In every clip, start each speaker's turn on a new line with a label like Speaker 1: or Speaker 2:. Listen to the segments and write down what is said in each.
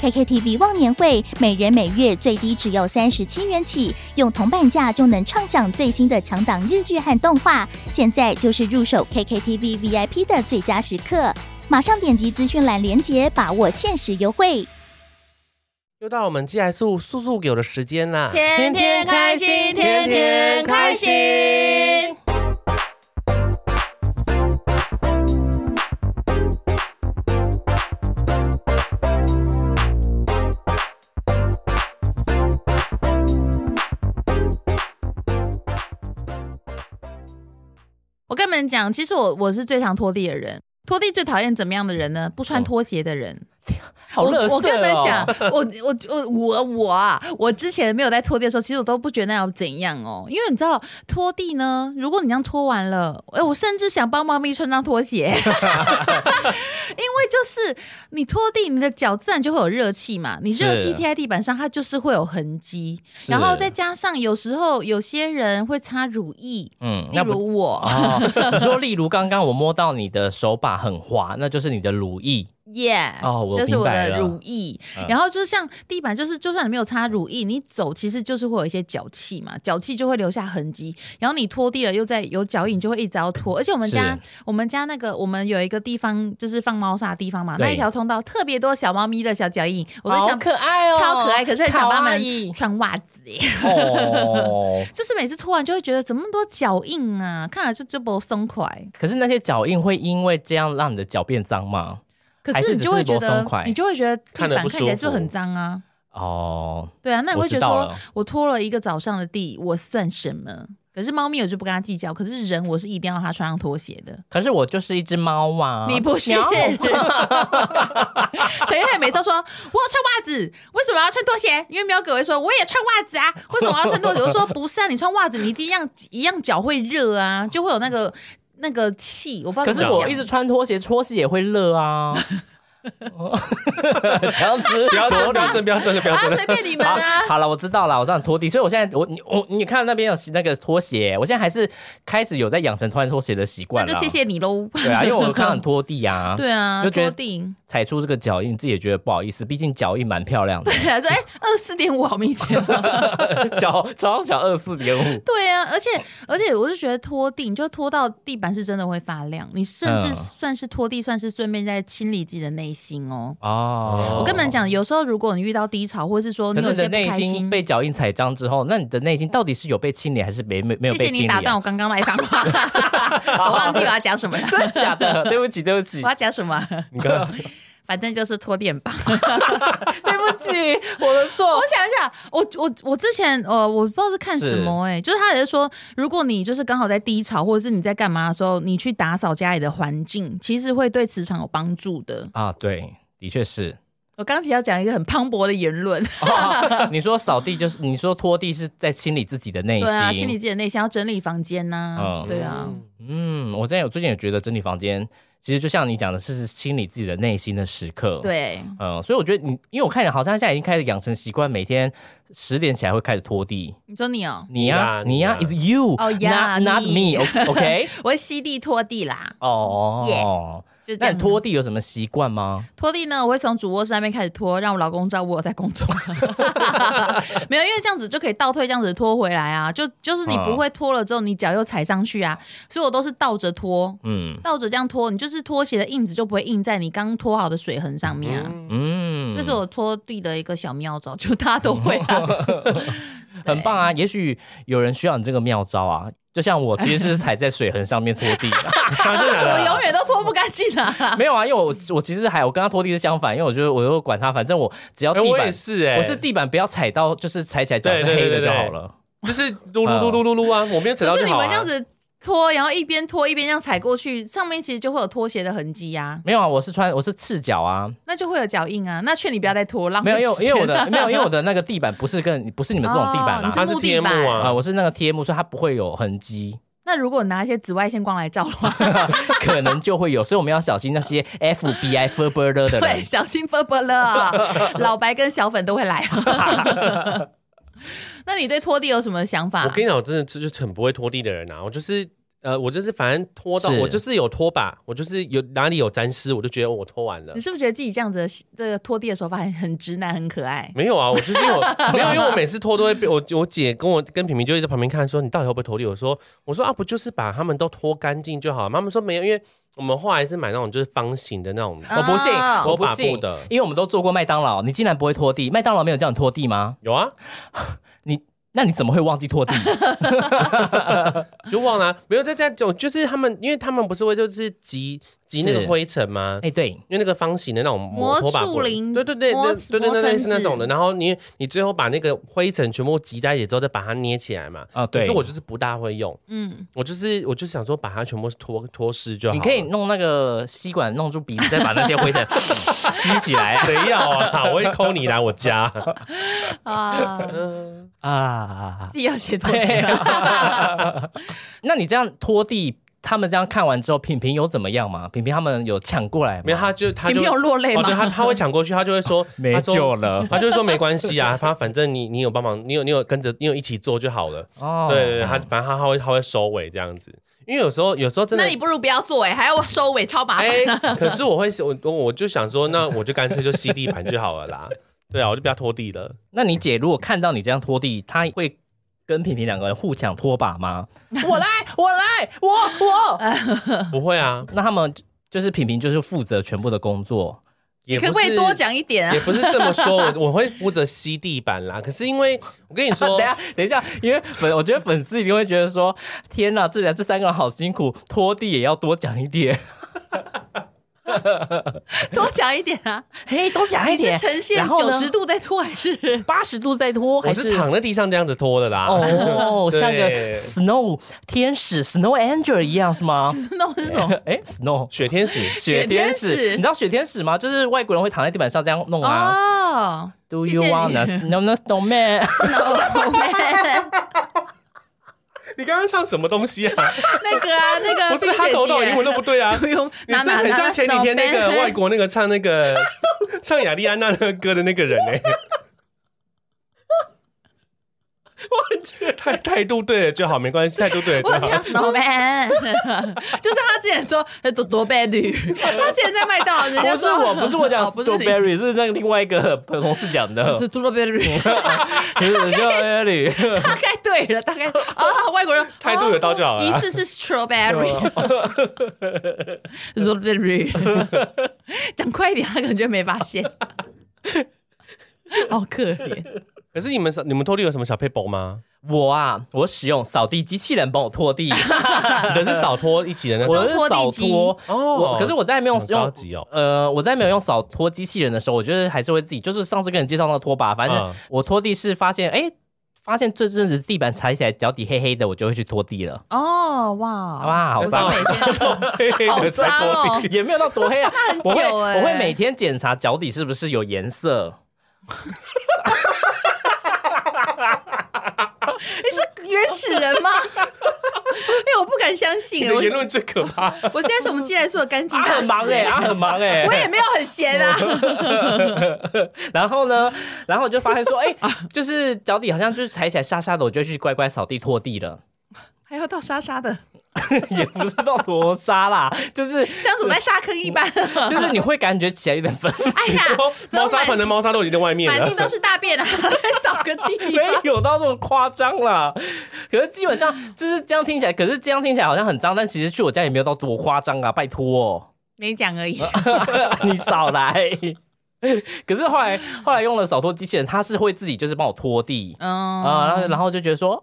Speaker 1: KKTV 忘年会每人每月最低只要三十七元起，用铜板价就能畅享最新的强档日剧和动画。现在就是入手 KKTV VIP 的最佳时刻，马上点击资讯栏链接，把握限时优惠。
Speaker 2: 又到我们寄来素素素给我的时间啦！
Speaker 3: 天天开心，天天开心。我跟你们讲，其实我我是最常拖地的人。拖地最讨厌怎么样的人呢？不穿拖鞋的人。
Speaker 2: 好乐色
Speaker 3: 我我跟你们
Speaker 2: 哦
Speaker 3: 讲，我我我我我啊我之前没有在拖地的时候，其实我都不觉得那要怎样哦，因为你知道拖地呢，如果你这样拖完了，哎、我甚至想帮猫咪穿上拖鞋，因为就是你拖地，你的脚自然就会有热气嘛，你热气
Speaker 4: 是
Speaker 3: 贴在地板上，它就是会有痕迹，
Speaker 4: 是
Speaker 3: 然后再加上有时候有些人会擦乳液，
Speaker 4: 嗯，
Speaker 3: 例
Speaker 4: 那不
Speaker 3: 如我
Speaker 4: 哦，你说例如刚刚我摸到你的手把很滑，那就是你的乳液。
Speaker 3: 耶！
Speaker 4: 哦我
Speaker 3: 这是我
Speaker 4: 明白
Speaker 3: 的
Speaker 4: 了
Speaker 3: 乳液。
Speaker 4: 嗯
Speaker 3: 然后就是像地板，就是就算你没有擦乳液，你走其实就是会有一些脚气嘛，脚气就会留下痕迹。然后你拖地了，又在有脚印，你就会一直要拖。而且我们家
Speaker 4: 是
Speaker 3: 我们家那个我们有一个地方就是放猫砂的地方嘛，
Speaker 4: 对
Speaker 3: 那一条通道特别多小猫咪的小脚印，我都想。
Speaker 4: 爱哦
Speaker 3: 超可爱，可是很想帮它
Speaker 4: 卡哇
Speaker 3: 们
Speaker 4: 伊
Speaker 3: 穿袜子耶。
Speaker 4: 哦。
Speaker 3: 就是每次拖完就会觉得怎么那么多脚印啊，看来是这波松快。
Speaker 4: 可是那些脚印会因为这样让你的脚变脏吗？
Speaker 3: 可
Speaker 4: 还
Speaker 3: 是
Speaker 4: 是
Speaker 3: 你
Speaker 4: 只
Speaker 3: 就会
Speaker 4: 是
Speaker 3: 觉
Speaker 4: 不松
Speaker 3: 得
Speaker 4: 快，
Speaker 3: 你就会觉得地
Speaker 2: 看得
Speaker 3: 板
Speaker 2: 不
Speaker 3: 看起来
Speaker 2: 舒
Speaker 3: 就很
Speaker 2: 服
Speaker 3: 脏啊。
Speaker 4: 哦，
Speaker 3: 对啊，那你
Speaker 4: 我
Speaker 3: 会
Speaker 4: 知
Speaker 3: 觉得
Speaker 4: 道
Speaker 3: 说
Speaker 4: 了，
Speaker 3: 我拖了一个早上的地，我算什么？可是猫咪我就不跟它计较，可是人我是一定要它穿上拖鞋的。
Speaker 4: 可是我就是一只猫啊嘛。
Speaker 3: 你不是？
Speaker 4: 喵
Speaker 3: 小月太每次都说我要穿袜子，为什么要穿拖鞋？因为喵哥会说我也穿袜子啊，为什么我要穿拖鞋？我说 不是啊，你穿袜子你一样一样脚会热啊，就会有那个那个气。我不知道
Speaker 4: 可
Speaker 3: 怎
Speaker 4: 是
Speaker 3: 么
Speaker 4: 我
Speaker 3: 讲
Speaker 4: 一直穿拖鞋，拖鞋也会 热啊。 强子，
Speaker 2: 不要争，不要争，不要争，不要
Speaker 3: 啊，
Speaker 2: 争。
Speaker 3: 随便你们啊。
Speaker 4: 好了，我知道了，我知道你拖地，所以我现在我你我你看那边有那个拖鞋，我现在还是开始有在养成穿拖鞋的习
Speaker 3: 那
Speaker 4: 惯
Speaker 3: 就
Speaker 4: 了。
Speaker 3: 谢。谢你 喽。
Speaker 4: 对啊，因为我看很拖地啊，
Speaker 3: 对啊，
Speaker 4: 就觉
Speaker 3: 拖
Speaker 4: 得
Speaker 3: 地。
Speaker 4: 踩出这个脚印，自己也觉得不好意思，毕竟脚印蛮漂亮 的，
Speaker 3: 对啊，说哎，二四点五好明显啊。
Speaker 4: 脚超小二四点五。
Speaker 3: 对啊，而且
Speaker 4: 哦
Speaker 3: 而且我是觉得拖地，你就拖到地板是真的会发亮，你甚至
Speaker 4: 嗯
Speaker 3: 算是拖地，算是顺便在清理自己的内心哦。
Speaker 4: 哦，
Speaker 3: 我跟你们，讲，有时候如果你遇到低潮，或是说
Speaker 4: 可
Speaker 3: 你有
Speaker 4: 是你的
Speaker 3: 些不
Speaker 4: 内
Speaker 3: 开
Speaker 4: 心
Speaker 3: 心，
Speaker 4: 被脚印踩脏之后，那你的内心到底是有被清理还是没没没有
Speaker 3: 谢谢
Speaker 4: 被清
Speaker 3: 你
Speaker 4: 理、啊？
Speaker 3: 打断我刚刚那一番话，我忘记我要讲什么了，
Speaker 4: 真的 假的？对不起，对不起
Speaker 3: 我，要讲什么，
Speaker 4: 你看，
Speaker 3: 反正就是拖垫 吧。
Speaker 4: 对不起，我的错
Speaker 3: 我。想一下，我我我之前呃，我不知道是看什么哎、就是他也是说，如果你就是刚好在低潮，或者是你在干嘛的时候，你去打扫家里的环境，其实会对磁场有帮助的。
Speaker 4: 啊，对，的确是。
Speaker 3: 我刚才要讲一个很磅礴的言论，
Speaker 4: 哦 你说扫地就是，你说拖地是在清理自己的内 心。
Speaker 3: 对啊，清理自己的内心，要整理房间呐、
Speaker 2: 哦
Speaker 4: 嗯
Speaker 3: 对啊，
Speaker 4: 嗯，我之前有最近也觉得整理房间，其实就像你讲的是清理自己的内心的时刻。。
Speaker 3: 对。
Speaker 4: 嗯，所以我觉得你，因为我看你好像现在已经开始养成习惯，每天十点起来会开始拖地。
Speaker 3: 你说你哦，
Speaker 4: 你呀、
Speaker 2: 你
Speaker 4: 你
Speaker 2: 呀
Speaker 4: 呀、i t s you，
Speaker 3: 哦呀
Speaker 4: n o t
Speaker 3: 你
Speaker 4: not me，OK？
Speaker 3: 我会吸地拖地啦，
Speaker 4: 哦，
Speaker 3: 就这
Speaker 4: 那
Speaker 3: 样啊
Speaker 4: 你拖地有什么习惯吗？
Speaker 3: 拖地呢，我会从主卧室那边开始拖，让我老公知道我有在工 作。没有，因为这样子就可以倒退，这样子拖回来啊。就就是你不会拖了之后，你脚又踩上去啊，所以我都是倒着拖，
Speaker 4: 嗯
Speaker 3: 倒着这样拖，你就是拖鞋的印子就不会印在你刚拖好的水痕上面啊。
Speaker 4: 嗯，
Speaker 3: 这是我拖地的一个小妙 招，就大家都会啊，
Speaker 4: 很棒啊！也许有人需要你这个妙招啊。就像我其实是踩在水痕上面拖地的。
Speaker 2: 啊真的假
Speaker 3: 我
Speaker 2: 的
Speaker 3: 永远都拖不干净啊！
Speaker 4: 没有啊，因为我我其实还我跟他拖地是相反，因为我觉得我就管他，反正我只要
Speaker 2: 哎
Speaker 4: 地
Speaker 2: 我
Speaker 4: 板，
Speaker 2: 也是哎，
Speaker 4: 我是地板不要踩到，就是踩起来脚是
Speaker 2: 对对
Speaker 4: 黑
Speaker 2: 对对
Speaker 4: 的就好了。
Speaker 2: 就是噜噜噜噜噜噜 啊，我没 有扯到
Speaker 3: 可
Speaker 2: 就是
Speaker 3: 哦你
Speaker 2: 好
Speaker 3: 们这样
Speaker 2: 啊。
Speaker 3: 子拖，然后一边拖一边这样踩过去，上面其实就会有拖鞋的痕迹呀、
Speaker 4: 没有啊，我是穿我是赤脚啊，
Speaker 3: 啊，那就会有脚印啊。那劝你不要再拖，浪
Speaker 4: 嗯没
Speaker 3: 费
Speaker 4: 有，因
Speaker 3: 时间
Speaker 4: 为因为我的
Speaker 3: 了
Speaker 4: 没有，因为我的那个地板不是跟不是你们这种地板
Speaker 3: 哦
Speaker 4: 啦、
Speaker 3: 你
Speaker 4: 啊
Speaker 2: 它是
Speaker 3: 木地
Speaker 2: 贴幕
Speaker 3: 板
Speaker 2: 啊，
Speaker 4: 我是那个贴幕，所以它不会有痕迹，
Speaker 3: 那如果拿一些紫外线光来照的 话，
Speaker 4: 可能就会有，所以我们要小心那些 FBI f e r b e r 的
Speaker 3: 对，
Speaker 4: 人。
Speaker 3: 小心啵啵了 啊，老白跟小粉都会来。啊 那你对拖地有什么想法？
Speaker 2: 我跟你讲，我真的就是很不会拖地的人啊，我就是。呃，我就是反正拖到
Speaker 4: 是
Speaker 2: 我就是有拖把，我就是有哪里有沾湿，我就觉得我拖完了
Speaker 3: 你。是不是觉得自己这样子的这个拖地的手法很很直男，很可爱？
Speaker 2: 没有啊，我就是因 为我没有，因为我每次拖都会被我我姐跟我跟平平就一直在旁边看，说你到底会不会拖地？我说我说啊，不就是把他们都拖干净就好。他们说没有，因为我们后来是买那种就是方形的那种，
Speaker 3: 啊
Speaker 4: 我不信，
Speaker 3: 啊
Speaker 4: 我
Speaker 2: 拖
Speaker 4: 不
Speaker 2: 把布
Speaker 4: 信
Speaker 2: 的，
Speaker 4: 因为我们都做过麦当劳，你竟然不会拖地，麦当劳没有叫你拖地吗？
Speaker 2: 有啊，
Speaker 4: 那你怎么会忘记拖地？
Speaker 2: 就忘了啊、没有在这样就就是他们，因为他们不是会就是集集那个
Speaker 4: 是
Speaker 2: 灰尘吗？
Speaker 4: 哎，对，
Speaker 2: 因为那个方形的那种
Speaker 3: 磨
Speaker 2: 拖把布
Speaker 3: 树林
Speaker 2: 对对对，
Speaker 3: 磨
Speaker 2: 那对对
Speaker 3: 磨
Speaker 2: 对，类
Speaker 3: 绳
Speaker 2: 似那
Speaker 3: 子
Speaker 2: 种的。然后你你最后把那个灰尘全部集在一起之后，再把它捏起来嘛。
Speaker 4: 啊
Speaker 2: 可
Speaker 4: 对
Speaker 2: 是我就是不大会用，
Speaker 3: 嗯，
Speaker 2: 我就是我就是想说把它全部拖拖湿就好。
Speaker 4: 你可以弄那个吸管弄住鼻子，再把那些灰 尘 吸起来
Speaker 2: 谁要啊？ 我会抠你来我家。
Speaker 3: 啊，
Speaker 2: 嗯，
Speaker 4: 啊。
Speaker 3: 自己要写拖地
Speaker 4: 对
Speaker 3: 啊。
Speaker 4: 啊，那你这样拖地，他们这样看完之后，品评有怎么样吗？品评他们有抢过来吗？
Speaker 2: 没有，他就他
Speaker 3: 你
Speaker 2: 就
Speaker 3: 没有落泪
Speaker 2: 哦，
Speaker 3: 吗？
Speaker 2: 对他他会抢过去，他就会 说
Speaker 4: 没救
Speaker 2: 了，
Speaker 4: 了。
Speaker 2: 他就会说没关系啊，他 反正你你有帮忙，你有你有跟着，你有一起做就好了。
Speaker 4: 哦
Speaker 2: 对对对，他反正他他会他会收尾这样子，因为有时候有时候真的
Speaker 3: 那你不如不要做哎、还要收尾，超麻烦。
Speaker 2: 哎、可是我会我我我就想说，那我就干脆就吸地板就好了啦。 对啊，我就不要拖地了。
Speaker 4: 那你姐如果看到你这样拖地，她会跟品评两个人互抢拖 把吗？我来，我来，我我。
Speaker 3: 呃
Speaker 2: 不会啊，
Speaker 4: 那他们就是品评就是负责全部的工作，
Speaker 2: 也
Speaker 3: 可
Speaker 2: 不
Speaker 3: 不可
Speaker 2: 是
Speaker 3: 以多讲一点啊
Speaker 2: 也？不是这么说， 我我会负责吸地板啦。可是因为我跟你
Speaker 4: 等
Speaker 2: 说
Speaker 4: 一，下，等一下，因为粉，我觉得粉丝一定会觉得说：“天哪，这俩这三个人好辛苦，拖地也要多讲一点，
Speaker 3: 多讲一点啊！
Speaker 4: 嘿，多讲哎一
Speaker 3: 你
Speaker 4: 点
Speaker 3: 是。呈现
Speaker 4: 然后
Speaker 3: 九
Speaker 4: 呢
Speaker 3: 十度在拖还是？
Speaker 4: 八十度再拖，
Speaker 2: 我
Speaker 4: 还
Speaker 2: 是躺在地上这样子拖的啦。
Speaker 4: 哦，
Speaker 2: 对
Speaker 4: 像个 Snow 天使 Snow Angel 一样是吗？
Speaker 3: 那我是什么？
Speaker 4: 哎，Snow
Speaker 2: 雪天使，
Speaker 3: 雪天使
Speaker 4: 你知道雪天使吗？就是外国人会躺在地板上这样弄啊。
Speaker 3: 哦
Speaker 4: Do
Speaker 3: 谢
Speaker 4: you
Speaker 3: 谢
Speaker 4: wanna
Speaker 3: 你
Speaker 4: no no snowman？
Speaker 2: 你刚刚唱什么东西 啊？
Speaker 3: 那个啊，那个
Speaker 2: 不是他头脑英文都不对啊。
Speaker 3: 不用，
Speaker 2: 你这很像前几天那 个外国那个唱那个唱雅丽安娜那个歌的那个人 哎、
Speaker 4: 我去，
Speaker 2: 态态度对了就好，没关系，态度对了就
Speaker 3: 我啊有
Speaker 2: 好
Speaker 3: 听。到 Snowman，就 像他之前说 呃多多贝绿， 他之前在麦当劳，人家
Speaker 4: 不是
Speaker 3: 说
Speaker 4: 我，不是我讲
Speaker 3: 哦不是你
Speaker 4: strawberry，是那个另外一个同事讲 的。
Speaker 3: 是多多 贝绿，
Speaker 4: 不是 strawberry，
Speaker 3: 大概对了， 大概啊，外国人哦
Speaker 2: 态度有到就好了
Speaker 3: 一
Speaker 2: 啊
Speaker 3: 次是 strawberry，strawberry，讲快一点，他可能就没发现， 好可怜。
Speaker 2: 可是你们你们拖地有什么小配包吗？
Speaker 4: 我啊，我使用扫地机器人帮我 拖地，
Speaker 3: 啊
Speaker 2: 你的是扫拖一起的那
Speaker 4: 我
Speaker 2: 种
Speaker 4: 是扫
Speaker 3: 拖地机
Speaker 4: 拖。
Speaker 2: 哦
Speaker 4: 我可是我在没有
Speaker 2: 好高
Speaker 4: 用
Speaker 2: 级哦，
Speaker 4: 呃，我在没有用扫拖机器人的时候，我觉得还是会自己，就是上次跟你介绍那个拖把，反正
Speaker 2: 嗯
Speaker 4: 我拖地是发现，哎、发现这阵子地板踩起来脚底黑黑的，我就会去拖地了，
Speaker 3: 哦，哇，
Speaker 4: 好吧，好
Speaker 3: 我是
Speaker 4: 脏。
Speaker 3: 每天
Speaker 2: 黑黑
Speaker 3: 好
Speaker 2: 的在
Speaker 3: 脏
Speaker 2: 拖
Speaker 3: 哦
Speaker 2: 地。，
Speaker 4: 也没有到多黑 啊，
Speaker 3: 久
Speaker 4: 我会
Speaker 3: 欸
Speaker 4: 我会每天检查脚底是不是有 颜色，
Speaker 3: 你是原始人 吗？哎、我不敢相信、
Speaker 2: 你
Speaker 3: 欸，我
Speaker 2: 的言论真可怕！
Speaker 3: 我现在是我们进来说的干净
Speaker 4: 啊
Speaker 3: 大
Speaker 4: 很
Speaker 3: 使、
Speaker 4: 忙哎、
Speaker 3: 欸
Speaker 4: 啊很忙哎、
Speaker 3: 我也没有很闲啊，
Speaker 4: 然后呢，然后我就 发现说，哎、就是脚底好像就是踩起来沙沙的，我就去乖乖扫地拖地了，
Speaker 3: 还要到沙沙的，
Speaker 4: 也不知道多沙啦，就是
Speaker 3: 像走在沙坑一般。
Speaker 4: 就是你会感觉起来有点 粉
Speaker 3: 哎呀，
Speaker 2: 哦
Speaker 3: 怎么
Speaker 2: 猫砂
Speaker 3: 满
Speaker 2: 盆的猫砂都已经在外面
Speaker 3: 满
Speaker 2: 了
Speaker 3: 地，都是大便啊， 扫个地
Speaker 4: 没
Speaker 3: 吧。
Speaker 4: 有到那么夸张啦。可是基本上就是这样听起来，可是这样听起来好像很脏，但其实去我家也没有到多夸张啊，拜托、
Speaker 3: 没讲而已，
Speaker 4: 啊你少来。 可是后来后来用了扫拖机器人，它是会自己就是帮我拖地
Speaker 3: 嗯
Speaker 4: 啊、然后然后就觉得说哦。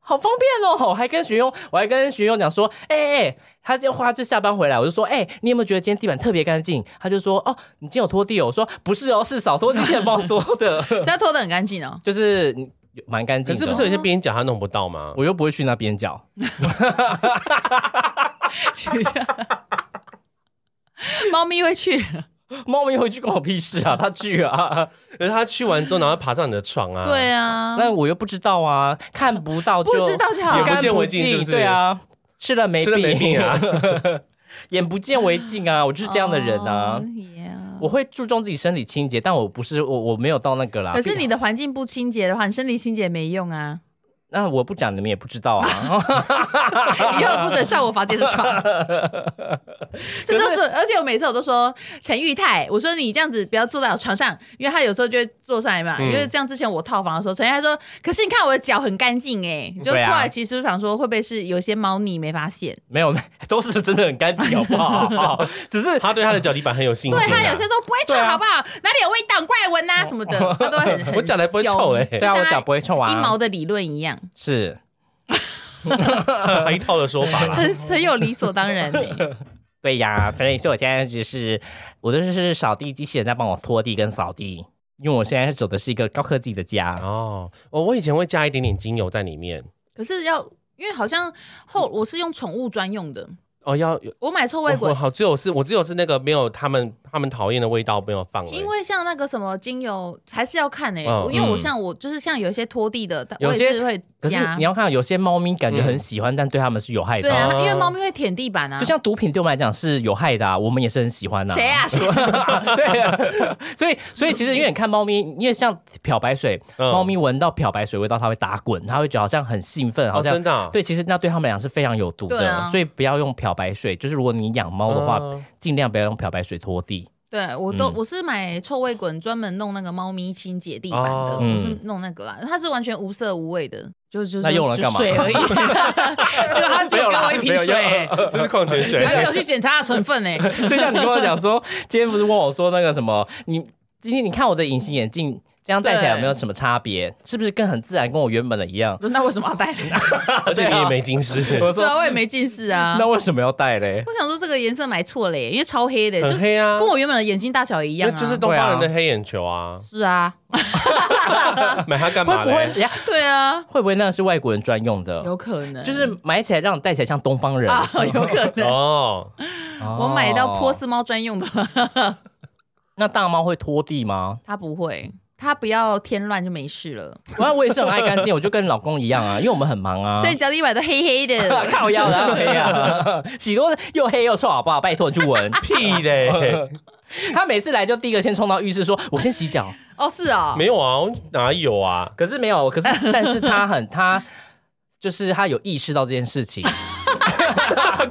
Speaker 4: 好方便哦！我还跟徐勇，我还跟徐勇讲说，哎、哎、他就他就下班回来，我就说，哎、你有没有觉得今天地板特别干净？他就说，哦，你今天有拖地哦？我说不是哦，是扫拖地机器人帮我拖的，
Speaker 3: 他拖得很干净 哦。
Speaker 4: 就是嗯蛮干净
Speaker 2: 可
Speaker 4: 的。
Speaker 2: 是不是有些边角他弄不到吗？
Speaker 4: 我又不会去那边角，
Speaker 3: 猫咪会去，
Speaker 4: 啊猫咪回去关我屁事啊，它 去啊，
Speaker 2: 可是他去完之后，然后爬上你的床啊，
Speaker 3: 对啊，
Speaker 4: 那我又不知道啊，看不到就
Speaker 3: 不知道就好
Speaker 2: 也。
Speaker 4: 干
Speaker 2: 不见为净是不是
Speaker 4: 对啊，吃了没
Speaker 2: 吃了没病啊
Speaker 4: 眼不见为净啊，我就是这样的人啊
Speaker 3: 哦。，yeah
Speaker 4: 我会注重自己身体清洁，但我不是我我没有到那个啦。
Speaker 3: 可是你的环境不清洁的话，你身体清洁没用啊，
Speaker 4: 那我不讲你们也不知道啊。
Speaker 3: 以后不准上我房间的床。这就是，而且我每次我都说陈玉泰，我说你这样子不要坐在我床上，因为他有时候就会坐上来嘛。
Speaker 2: 嗯
Speaker 3: 因为这样之前我套房的时候，陈玉泰说，可是你看我的脚很干净哎，你就出
Speaker 4: 对啊
Speaker 3: 来其实想说会不会是有些猫腻没发现？
Speaker 4: 没有，都是真的很干净，好不 好？只是
Speaker 2: 他对他的脚底板很有信
Speaker 3: 对
Speaker 2: 心、
Speaker 3: 他有
Speaker 2: 啊
Speaker 3: 些。说不会臭
Speaker 4: 对啊
Speaker 3: 好不好？哪里有味道，你过来闻啊什么的，他都会很很
Speaker 2: 我脚才不会臭欸
Speaker 3: 凶
Speaker 4: 对啊，
Speaker 3: 就
Speaker 4: 我
Speaker 3: 像
Speaker 4: 脚不会臭
Speaker 3: 他
Speaker 4: 啊。
Speaker 3: 一毛的理论一样，
Speaker 4: 是，
Speaker 2: 还一套的说法 啦。
Speaker 3: 很很有理所当然欸
Speaker 4: 对呀，所以说我现在只是我都是扫地机器人在帮我拖地跟扫地，因为我现在走的是一个高科技的家。
Speaker 2: 哦，我我以前会加一点点精油在里面。
Speaker 3: 可是要，因为好像后
Speaker 4: 嗯
Speaker 3: 我是用宠物专用的，
Speaker 2: 哦，要
Speaker 3: 我买臭
Speaker 2: 我
Speaker 3: 味
Speaker 4: 哦
Speaker 2: 我
Speaker 3: 滚。
Speaker 2: 好，只有是我只有是那个没有他们他们讨厌的味道没有放而已。
Speaker 3: 因为像那个什么精油还是要看诶、欸
Speaker 2: 嗯
Speaker 3: 因为我
Speaker 4: 嗯
Speaker 3: 像我就是像有一些拖地的，
Speaker 4: 有
Speaker 3: 我
Speaker 4: 些
Speaker 3: 也是会
Speaker 4: 可是
Speaker 3: 加
Speaker 4: 你，要看，有些猫咪感觉很喜欢，但对它们是有害
Speaker 3: 对
Speaker 4: 的。
Speaker 3: 啊，
Speaker 2: 哦
Speaker 3: 因为猫咪会舔地板啊，
Speaker 4: 就像毒品对我们来讲是有害的、啊，我们也是很喜欢的、
Speaker 3: 谁啊？
Speaker 4: 对啊，所以所以其实因为你看猫咪，因为像漂白水，
Speaker 2: 嗯
Speaker 4: 猫咪闻到漂白水味道，它会打滚，它会觉得好像很兴奋，好
Speaker 2: 哦，
Speaker 4: 像、
Speaker 2: 真的啊、
Speaker 4: 对，其实那对它们俩是非常有毒
Speaker 3: 对
Speaker 4: 的，
Speaker 3: 啊
Speaker 4: 所以不要用漂白水。就是如果你养猫的话，
Speaker 2: 嗯
Speaker 4: 尽量不要用漂白水拖地。
Speaker 3: 对我都、
Speaker 4: 嗯
Speaker 3: 我是买臭味滚专门弄那个猫咪清洁地板的，
Speaker 2: 哦
Speaker 3: 我是弄那个啦，它是完全无色无味的，就就
Speaker 4: 嗯那
Speaker 3: 是
Speaker 4: 用了干嘛
Speaker 3: 水 而已，就它只有给我一瓶水、欸，
Speaker 2: 这是矿泉水。
Speaker 3: 还没有去检查它的成分呢、 欸。
Speaker 4: 就像你跟我讲 说，今天不是问我说那个什么，你今天你看我的隐形眼镜这样戴起来有没有什么差别？是不是跟很自然，跟我原本的一样？
Speaker 3: 那为什么要戴呢？
Speaker 2: 而且你也没近 视，
Speaker 3: 对
Speaker 4: 我说
Speaker 3: 啊，我也没近视啊。
Speaker 4: 那为什么要戴嘞？
Speaker 3: 我想说这个颜色买错了耶，因为超黑的，
Speaker 2: 很黑啊
Speaker 3: 就是跟我原本的眼睛大小一样
Speaker 2: 那
Speaker 3: 啊。
Speaker 2: 就是东方人的黑眼球啊，
Speaker 3: 是啊，
Speaker 2: 买它干
Speaker 4: 会
Speaker 2: 嘛
Speaker 4: 不会
Speaker 2: 嘞？
Speaker 4: 呀？
Speaker 3: 对啊，
Speaker 4: 会不会那是外国人专用的？
Speaker 3: 有可能
Speaker 4: 就是买起来让你戴起来像东方人。
Speaker 3: 啊， 有可能。
Speaker 2: 哦，
Speaker 4: 哦
Speaker 3: 我买到波斯猫专用的，
Speaker 4: 那大猫会拖地吗？
Speaker 3: 它不会，它不要添乱就没事了。
Speaker 4: 我我也是很爱干净，我就跟老公一 样啊，因为我们很忙啊。
Speaker 3: 所以脚底板都黑黑的，
Speaker 4: 靠腰 的黑啊，洗多又黑又臭，好不好？拜托你 去闻。
Speaker 2: 屁嘞，
Speaker 4: 他每次来就第一个先冲到浴室说：“我先洗脚。
Speaker 3: 哦，是哦，
Speaker 2: 没有啊，我哪有 啊”？
Speaker 4: 可是没有，可 是但是他很他就是他有意识到这件 事情，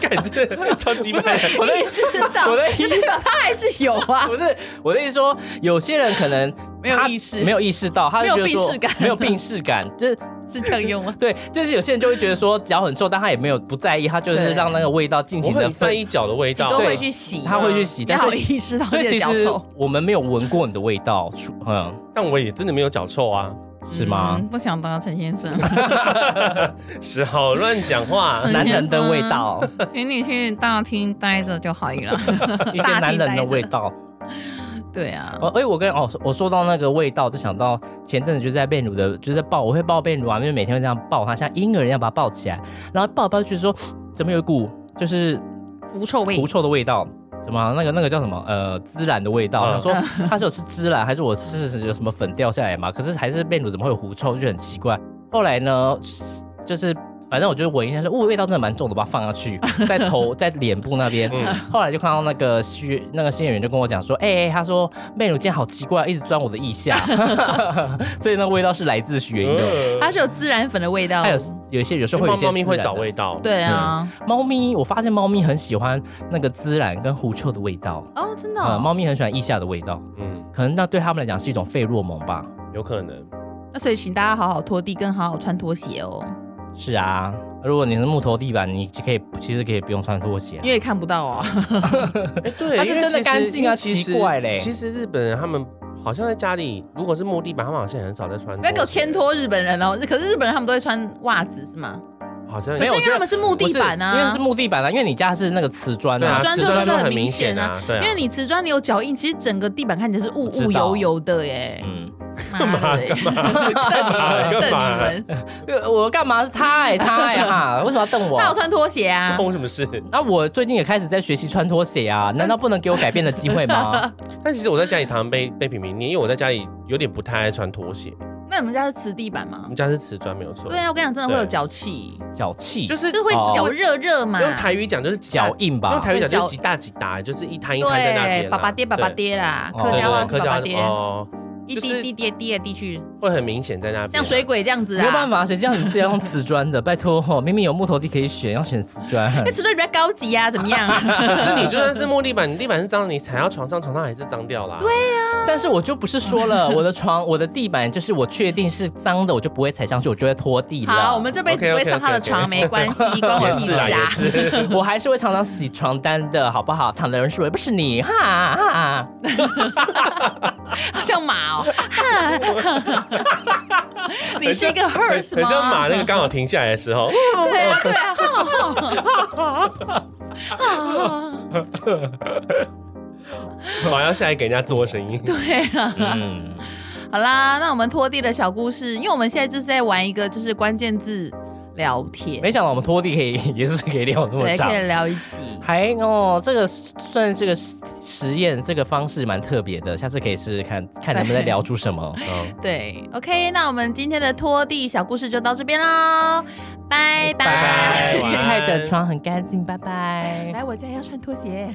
Speaker 2: 感觉超级
Speaker 4: 不是
Speaker 2: 白。
Speaker 4: 我的意 思，
Speaker 3: 知道，
Speaker 4: 我的意
Speaker 3: 就代表它还是有啊
Speaker 4: 不，是我的意思说，有些人可能
Speaker 3: 没有
Speaker 4: 他
Speaker 3: 意识
Speaker 4: 没有意识到，他就觉得
Speaker 3: 没有
Speaker 4: 说
Speaker 3: 病视感
Speaker 4: 没有病视感，就是
Speaker 3: 是这样用吗？
Speaker 4: 对，就是有些人就会觉得说脚很臭，但他也没有不在意，他就是
Speaker 3: 对
Speaker 4: 让那个味道尽
Speaker 2: 我
Speaker 4: 情的
Speaker 2: 很在意脚的味
Speaker 3: 你
Speaker 2: 道
Speaker 3: 都，
Speaker 4: 对
Speaker 3: 会去洗，
Speaker 4: 他会去
Speaker 3: 嗯
Speaker 4: 洗，
Speaker 3: 你
Speaker 4: 但
Speaker 3: 好
Speaker 4: 是
Speaker 3: 意识到
Speaker 4: 所
Speaker 3: 自
Speaker 4: 以
Speaker 3: 己
Speaker 4: 其
Speaker 3: 的脚
Speaker 4: 实
Speaker 3: 臭，
Speaker 4: 我们没有闻过你的味道，除嗯，
Speaker 2: 但我也真的没有脚臭啊。
Speaker 4: 是吗
Speaker 3: 嗯？不想当陈先生，
Speaker 2: 是好乱讲话
Speaker 3: 嗯，
Speaker 4: 男人的味道，
Speaker 3: 请你去大厅待着就好了。
Speaker 4: 一些男人的味道。
Speaker 3: 对啊，
Speaker 4: 哦，哎，我跟哦，我说到那个味道，就想到前阵子就在被乳的，就是在抱，我会抱被乳啊，因为每天会这样抱他，像婴儿一样把他抱起来，然后抱一抱就说怎么有一股就是
Speaker 3: 狐臭味
Speaker 4: 狐臭的味道。什么啊那个那个叫什么呃孜然的味道？
Speaker 2: 嗯
Speaker 4: 我想说他是有吃孜然，还是我是有什么粉掉下来嘛？可是还是被乳怎么会有狐臭，就很奇怪。后来呢，就是反正我就闻一下说，哦，味道真的蛮重的，把它放下去，在头在脸部那边。
Speaker 2: 嗯
Speaker 4: 后来就看到那个新那个新演员就跟我讲说，哎、哎他说被乳今天好奇怪，一直钻我的 腋下，所以那个味道是来自原因的。
Speaker 3: 它嗯是有孜然粉的味道
Speaker 4: 还。有有一些有时候会有一
Speaker 2: 嗯
Speaker 4: 些
Speaker 2: 猫咪会
Speaker 4: 孜然
Speaker 2: 找
Speaker 4: 的
Speaker 2: 味道，
Speaker 3: 对啊，
Speaker 4: 猫咪，我发现猫咪很喜欢那个孜然跟狐臭的味道。
Speaker 3: 哦，真的
Speaker 4: 呃，
Speaker 3: 哦。
Speaker 4: 猫咪很喜欢腋下的味道，
Speaker 2: 嗯，
Speaker 4: 可能那对他们来讲是一种费洛蒙吧。
Speaker 2: 有可能。
Speaker 3: 那所以请大家好好拖地，跟好好穿拖鞋哦，
Speaker 4: 是啊，如果你是木头地板，你可以其实可以不用穿拖鞋啊
Speaker 3: 因。为 看不到啊。
Speaker 2: 哎，对
Speaker 4: 它是真的干净啊
Speaker 2: 因为其实
Speaker 4: 奇怪嘞
Speaker 2: 其实日本人他们好像在家里，如果是木地板，他们好像很少在穿。
Speaker 3: 不要给我牵，拖日本人哦！可是日本人他们都会穿袜子是吗？
Speaker 2: 好像也
Speaker 3: 可是
Speaker 4: 没
Speaker 3: 因
Speaker 4: 有我
Speaker 3: 为
Speaker 4: 觉得
Speaker 3: 他们是木地板啊，
Speaker 4: 因为是木地板啊，因为你家是那个瓷砖
Speaker 2: 对
Speaker 4: 啊
Speaker 2: 啊，，
Speaker 3: 砖
Speaker 2: 瓷
Speaker 3: 就
Speaker 2: 砖
Speaker 3: 真的
Speaker 2: 就
Speaker 3: 很
Speaker 2: 很
Speaker 3: 明
Speaker 2: 明
Speaker 3: 显
Speaker 2: 显
Speaker 3: 啊
Speaker 2: 啊，对啊。
Speaker 3: 因为你瓷砖你有脚印，其实整个地板看起来是雾
Speaker 4: 我知道
Speaker 3: 雾油油的耶。
Speaker 4: 嗯，
Speaker 3: 妈的，干 嘛？ 瞪
Speaker 2: 干嘛
Speaker 3: 你们！
Speaker 4: 呃我干嘛是他哎、他哎、哈，为什么要瞪我
Speaker 3: 他？有穿拖鞋啊
Speaker 2: 关？我什么事？
Speaker 4: 那、我最近也开始在学习穿拖鞋啊，难道不能给我改变的机会吗？
Speaker 2: 但其实我在家里常常被被平平念，因为我在家里有点不太爱穿拖鞋。
Speaker 3: 那你们家是瓷地板
Speaker 2: 我
Speaker 3: 吗
Speaker 2: 们？家是瓷砖，没有错。
Speaker 3: 对啊，我跟你讲，真的会有脚气，
Speaker 4: 脚气，
Speaker 2: 就是
Speaker 3: 就会
Speaker 4: 哦
Speaker 3: 脚热热嘛。
Speaker 2: 用台语讲就是几大
Speaker 4: 脚硬吧
Speaker 2: 用台语讲就
Speaker 3: 脚
Speaker 2: 是几大几大，就是一摊一摊在那
Speaker 3: 对
Speaker 2: 边，啦。
Speaker 3: 爸爸爹爸爸
Speaker 2: 对，
Speaker 3: 爹啦，
Speaker 4: 哦
Speaker 3: 客
Speaker 2: 对
Speaker 3: 家话
Speaker 2: 对，
Speaker 3: 是
Speaker 2: 客
Speaker 3: 爸爸
Speaker 2: 家
Speaker 3: 爹，
Speaker 2: 哦，
Speaker 3: 一
Speaker 2: 就
Speaker 3: 滴
Speaker 2: 是
Speaker 3: 滴爹爹地去，
Speaker 2: 会很明显在那边，
Speaker 3: 像水鬼这样子啊。
Speaker 4: 没有办法，谁叫你自己要用瓷砖的？拜托吼，明明有木头地可以选，要选瓷砖。
Speaker 3: 那瓷砖哎比较高级啊，怎么样啊？
Speaker 2: 可是你就算是木地板，你地板是脏的，你踩到床上，床上还是脏掉啦。对，
Speaker 4: 但是我就不是说了，我的床、我的地板，就是我确定是脏的，我就不会踩上去，我就会拖地了。
Speaker 3: 好，我们这辈子不会
Speaker 2: OK，OK，OK，OK
Speaker 3: 上他的床，没关系，关我
Speaker 2: 也
Speaker 3: 屁
Speaker 2: 是
Speaker 3: 事
Speaker 2: 啦，也
Speaker 3: 啊。
Speaker 2: 是。
Speaker 4: 我还是会常常洗床单的，好不好？躺的人是我，不是你，哈哈。
Speaker 3: 像马哦， 你是一个 hearse 吗？
Speaker 2: 很像马那个 刚好停下来的时 候，
Speaker 3: 对啊，对啊， 啊
Speaker 2: 马要下来给人家做声音。
Speaker 3: 对啊。
Speaker 4: 嗯，
Speaker 3: 好啦，那我们拖地的小故事，因为我们现在就是在玩一个就是关键字聊天，
Speaker 4: 没想到我们拖地可以也是可以聊那么
Speaker 3: 对，
Speaker 4: 长
Speaker 3: 可。以聊一集。
Speaker 4: 还哦，这个算这个实实验，这个方式蛮特别的，下次可以试试看，看能不能聊出什么。
Speaker 2: 嗯，
Speaker 3: 对，OK，那我们今天的拖地小故事就到这边喽，拜拜。
Speaker 2: 拜晚
Speaker 4: 玉
Speaker 2: 安
Speaker 4: 泰的床很干净，拜拜。
Speaker 3: 来我家要穿拖鞋。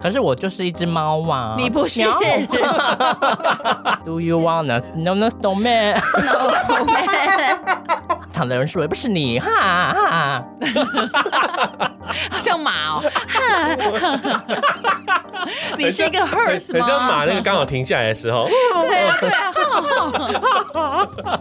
Speaker 4: 可是我就是一只猫啊！
Speaker 3: 你不是
Speaker 4: 喵 Do you wanna no no snowman？躺的人是我，不是你，哈哈。
Speaker 3: 像马哦，你是一个 hearse 吗？啊
Speaker 2: 很像马那个刚好停下来的时候。
Speaker 3: 对啊，对啊。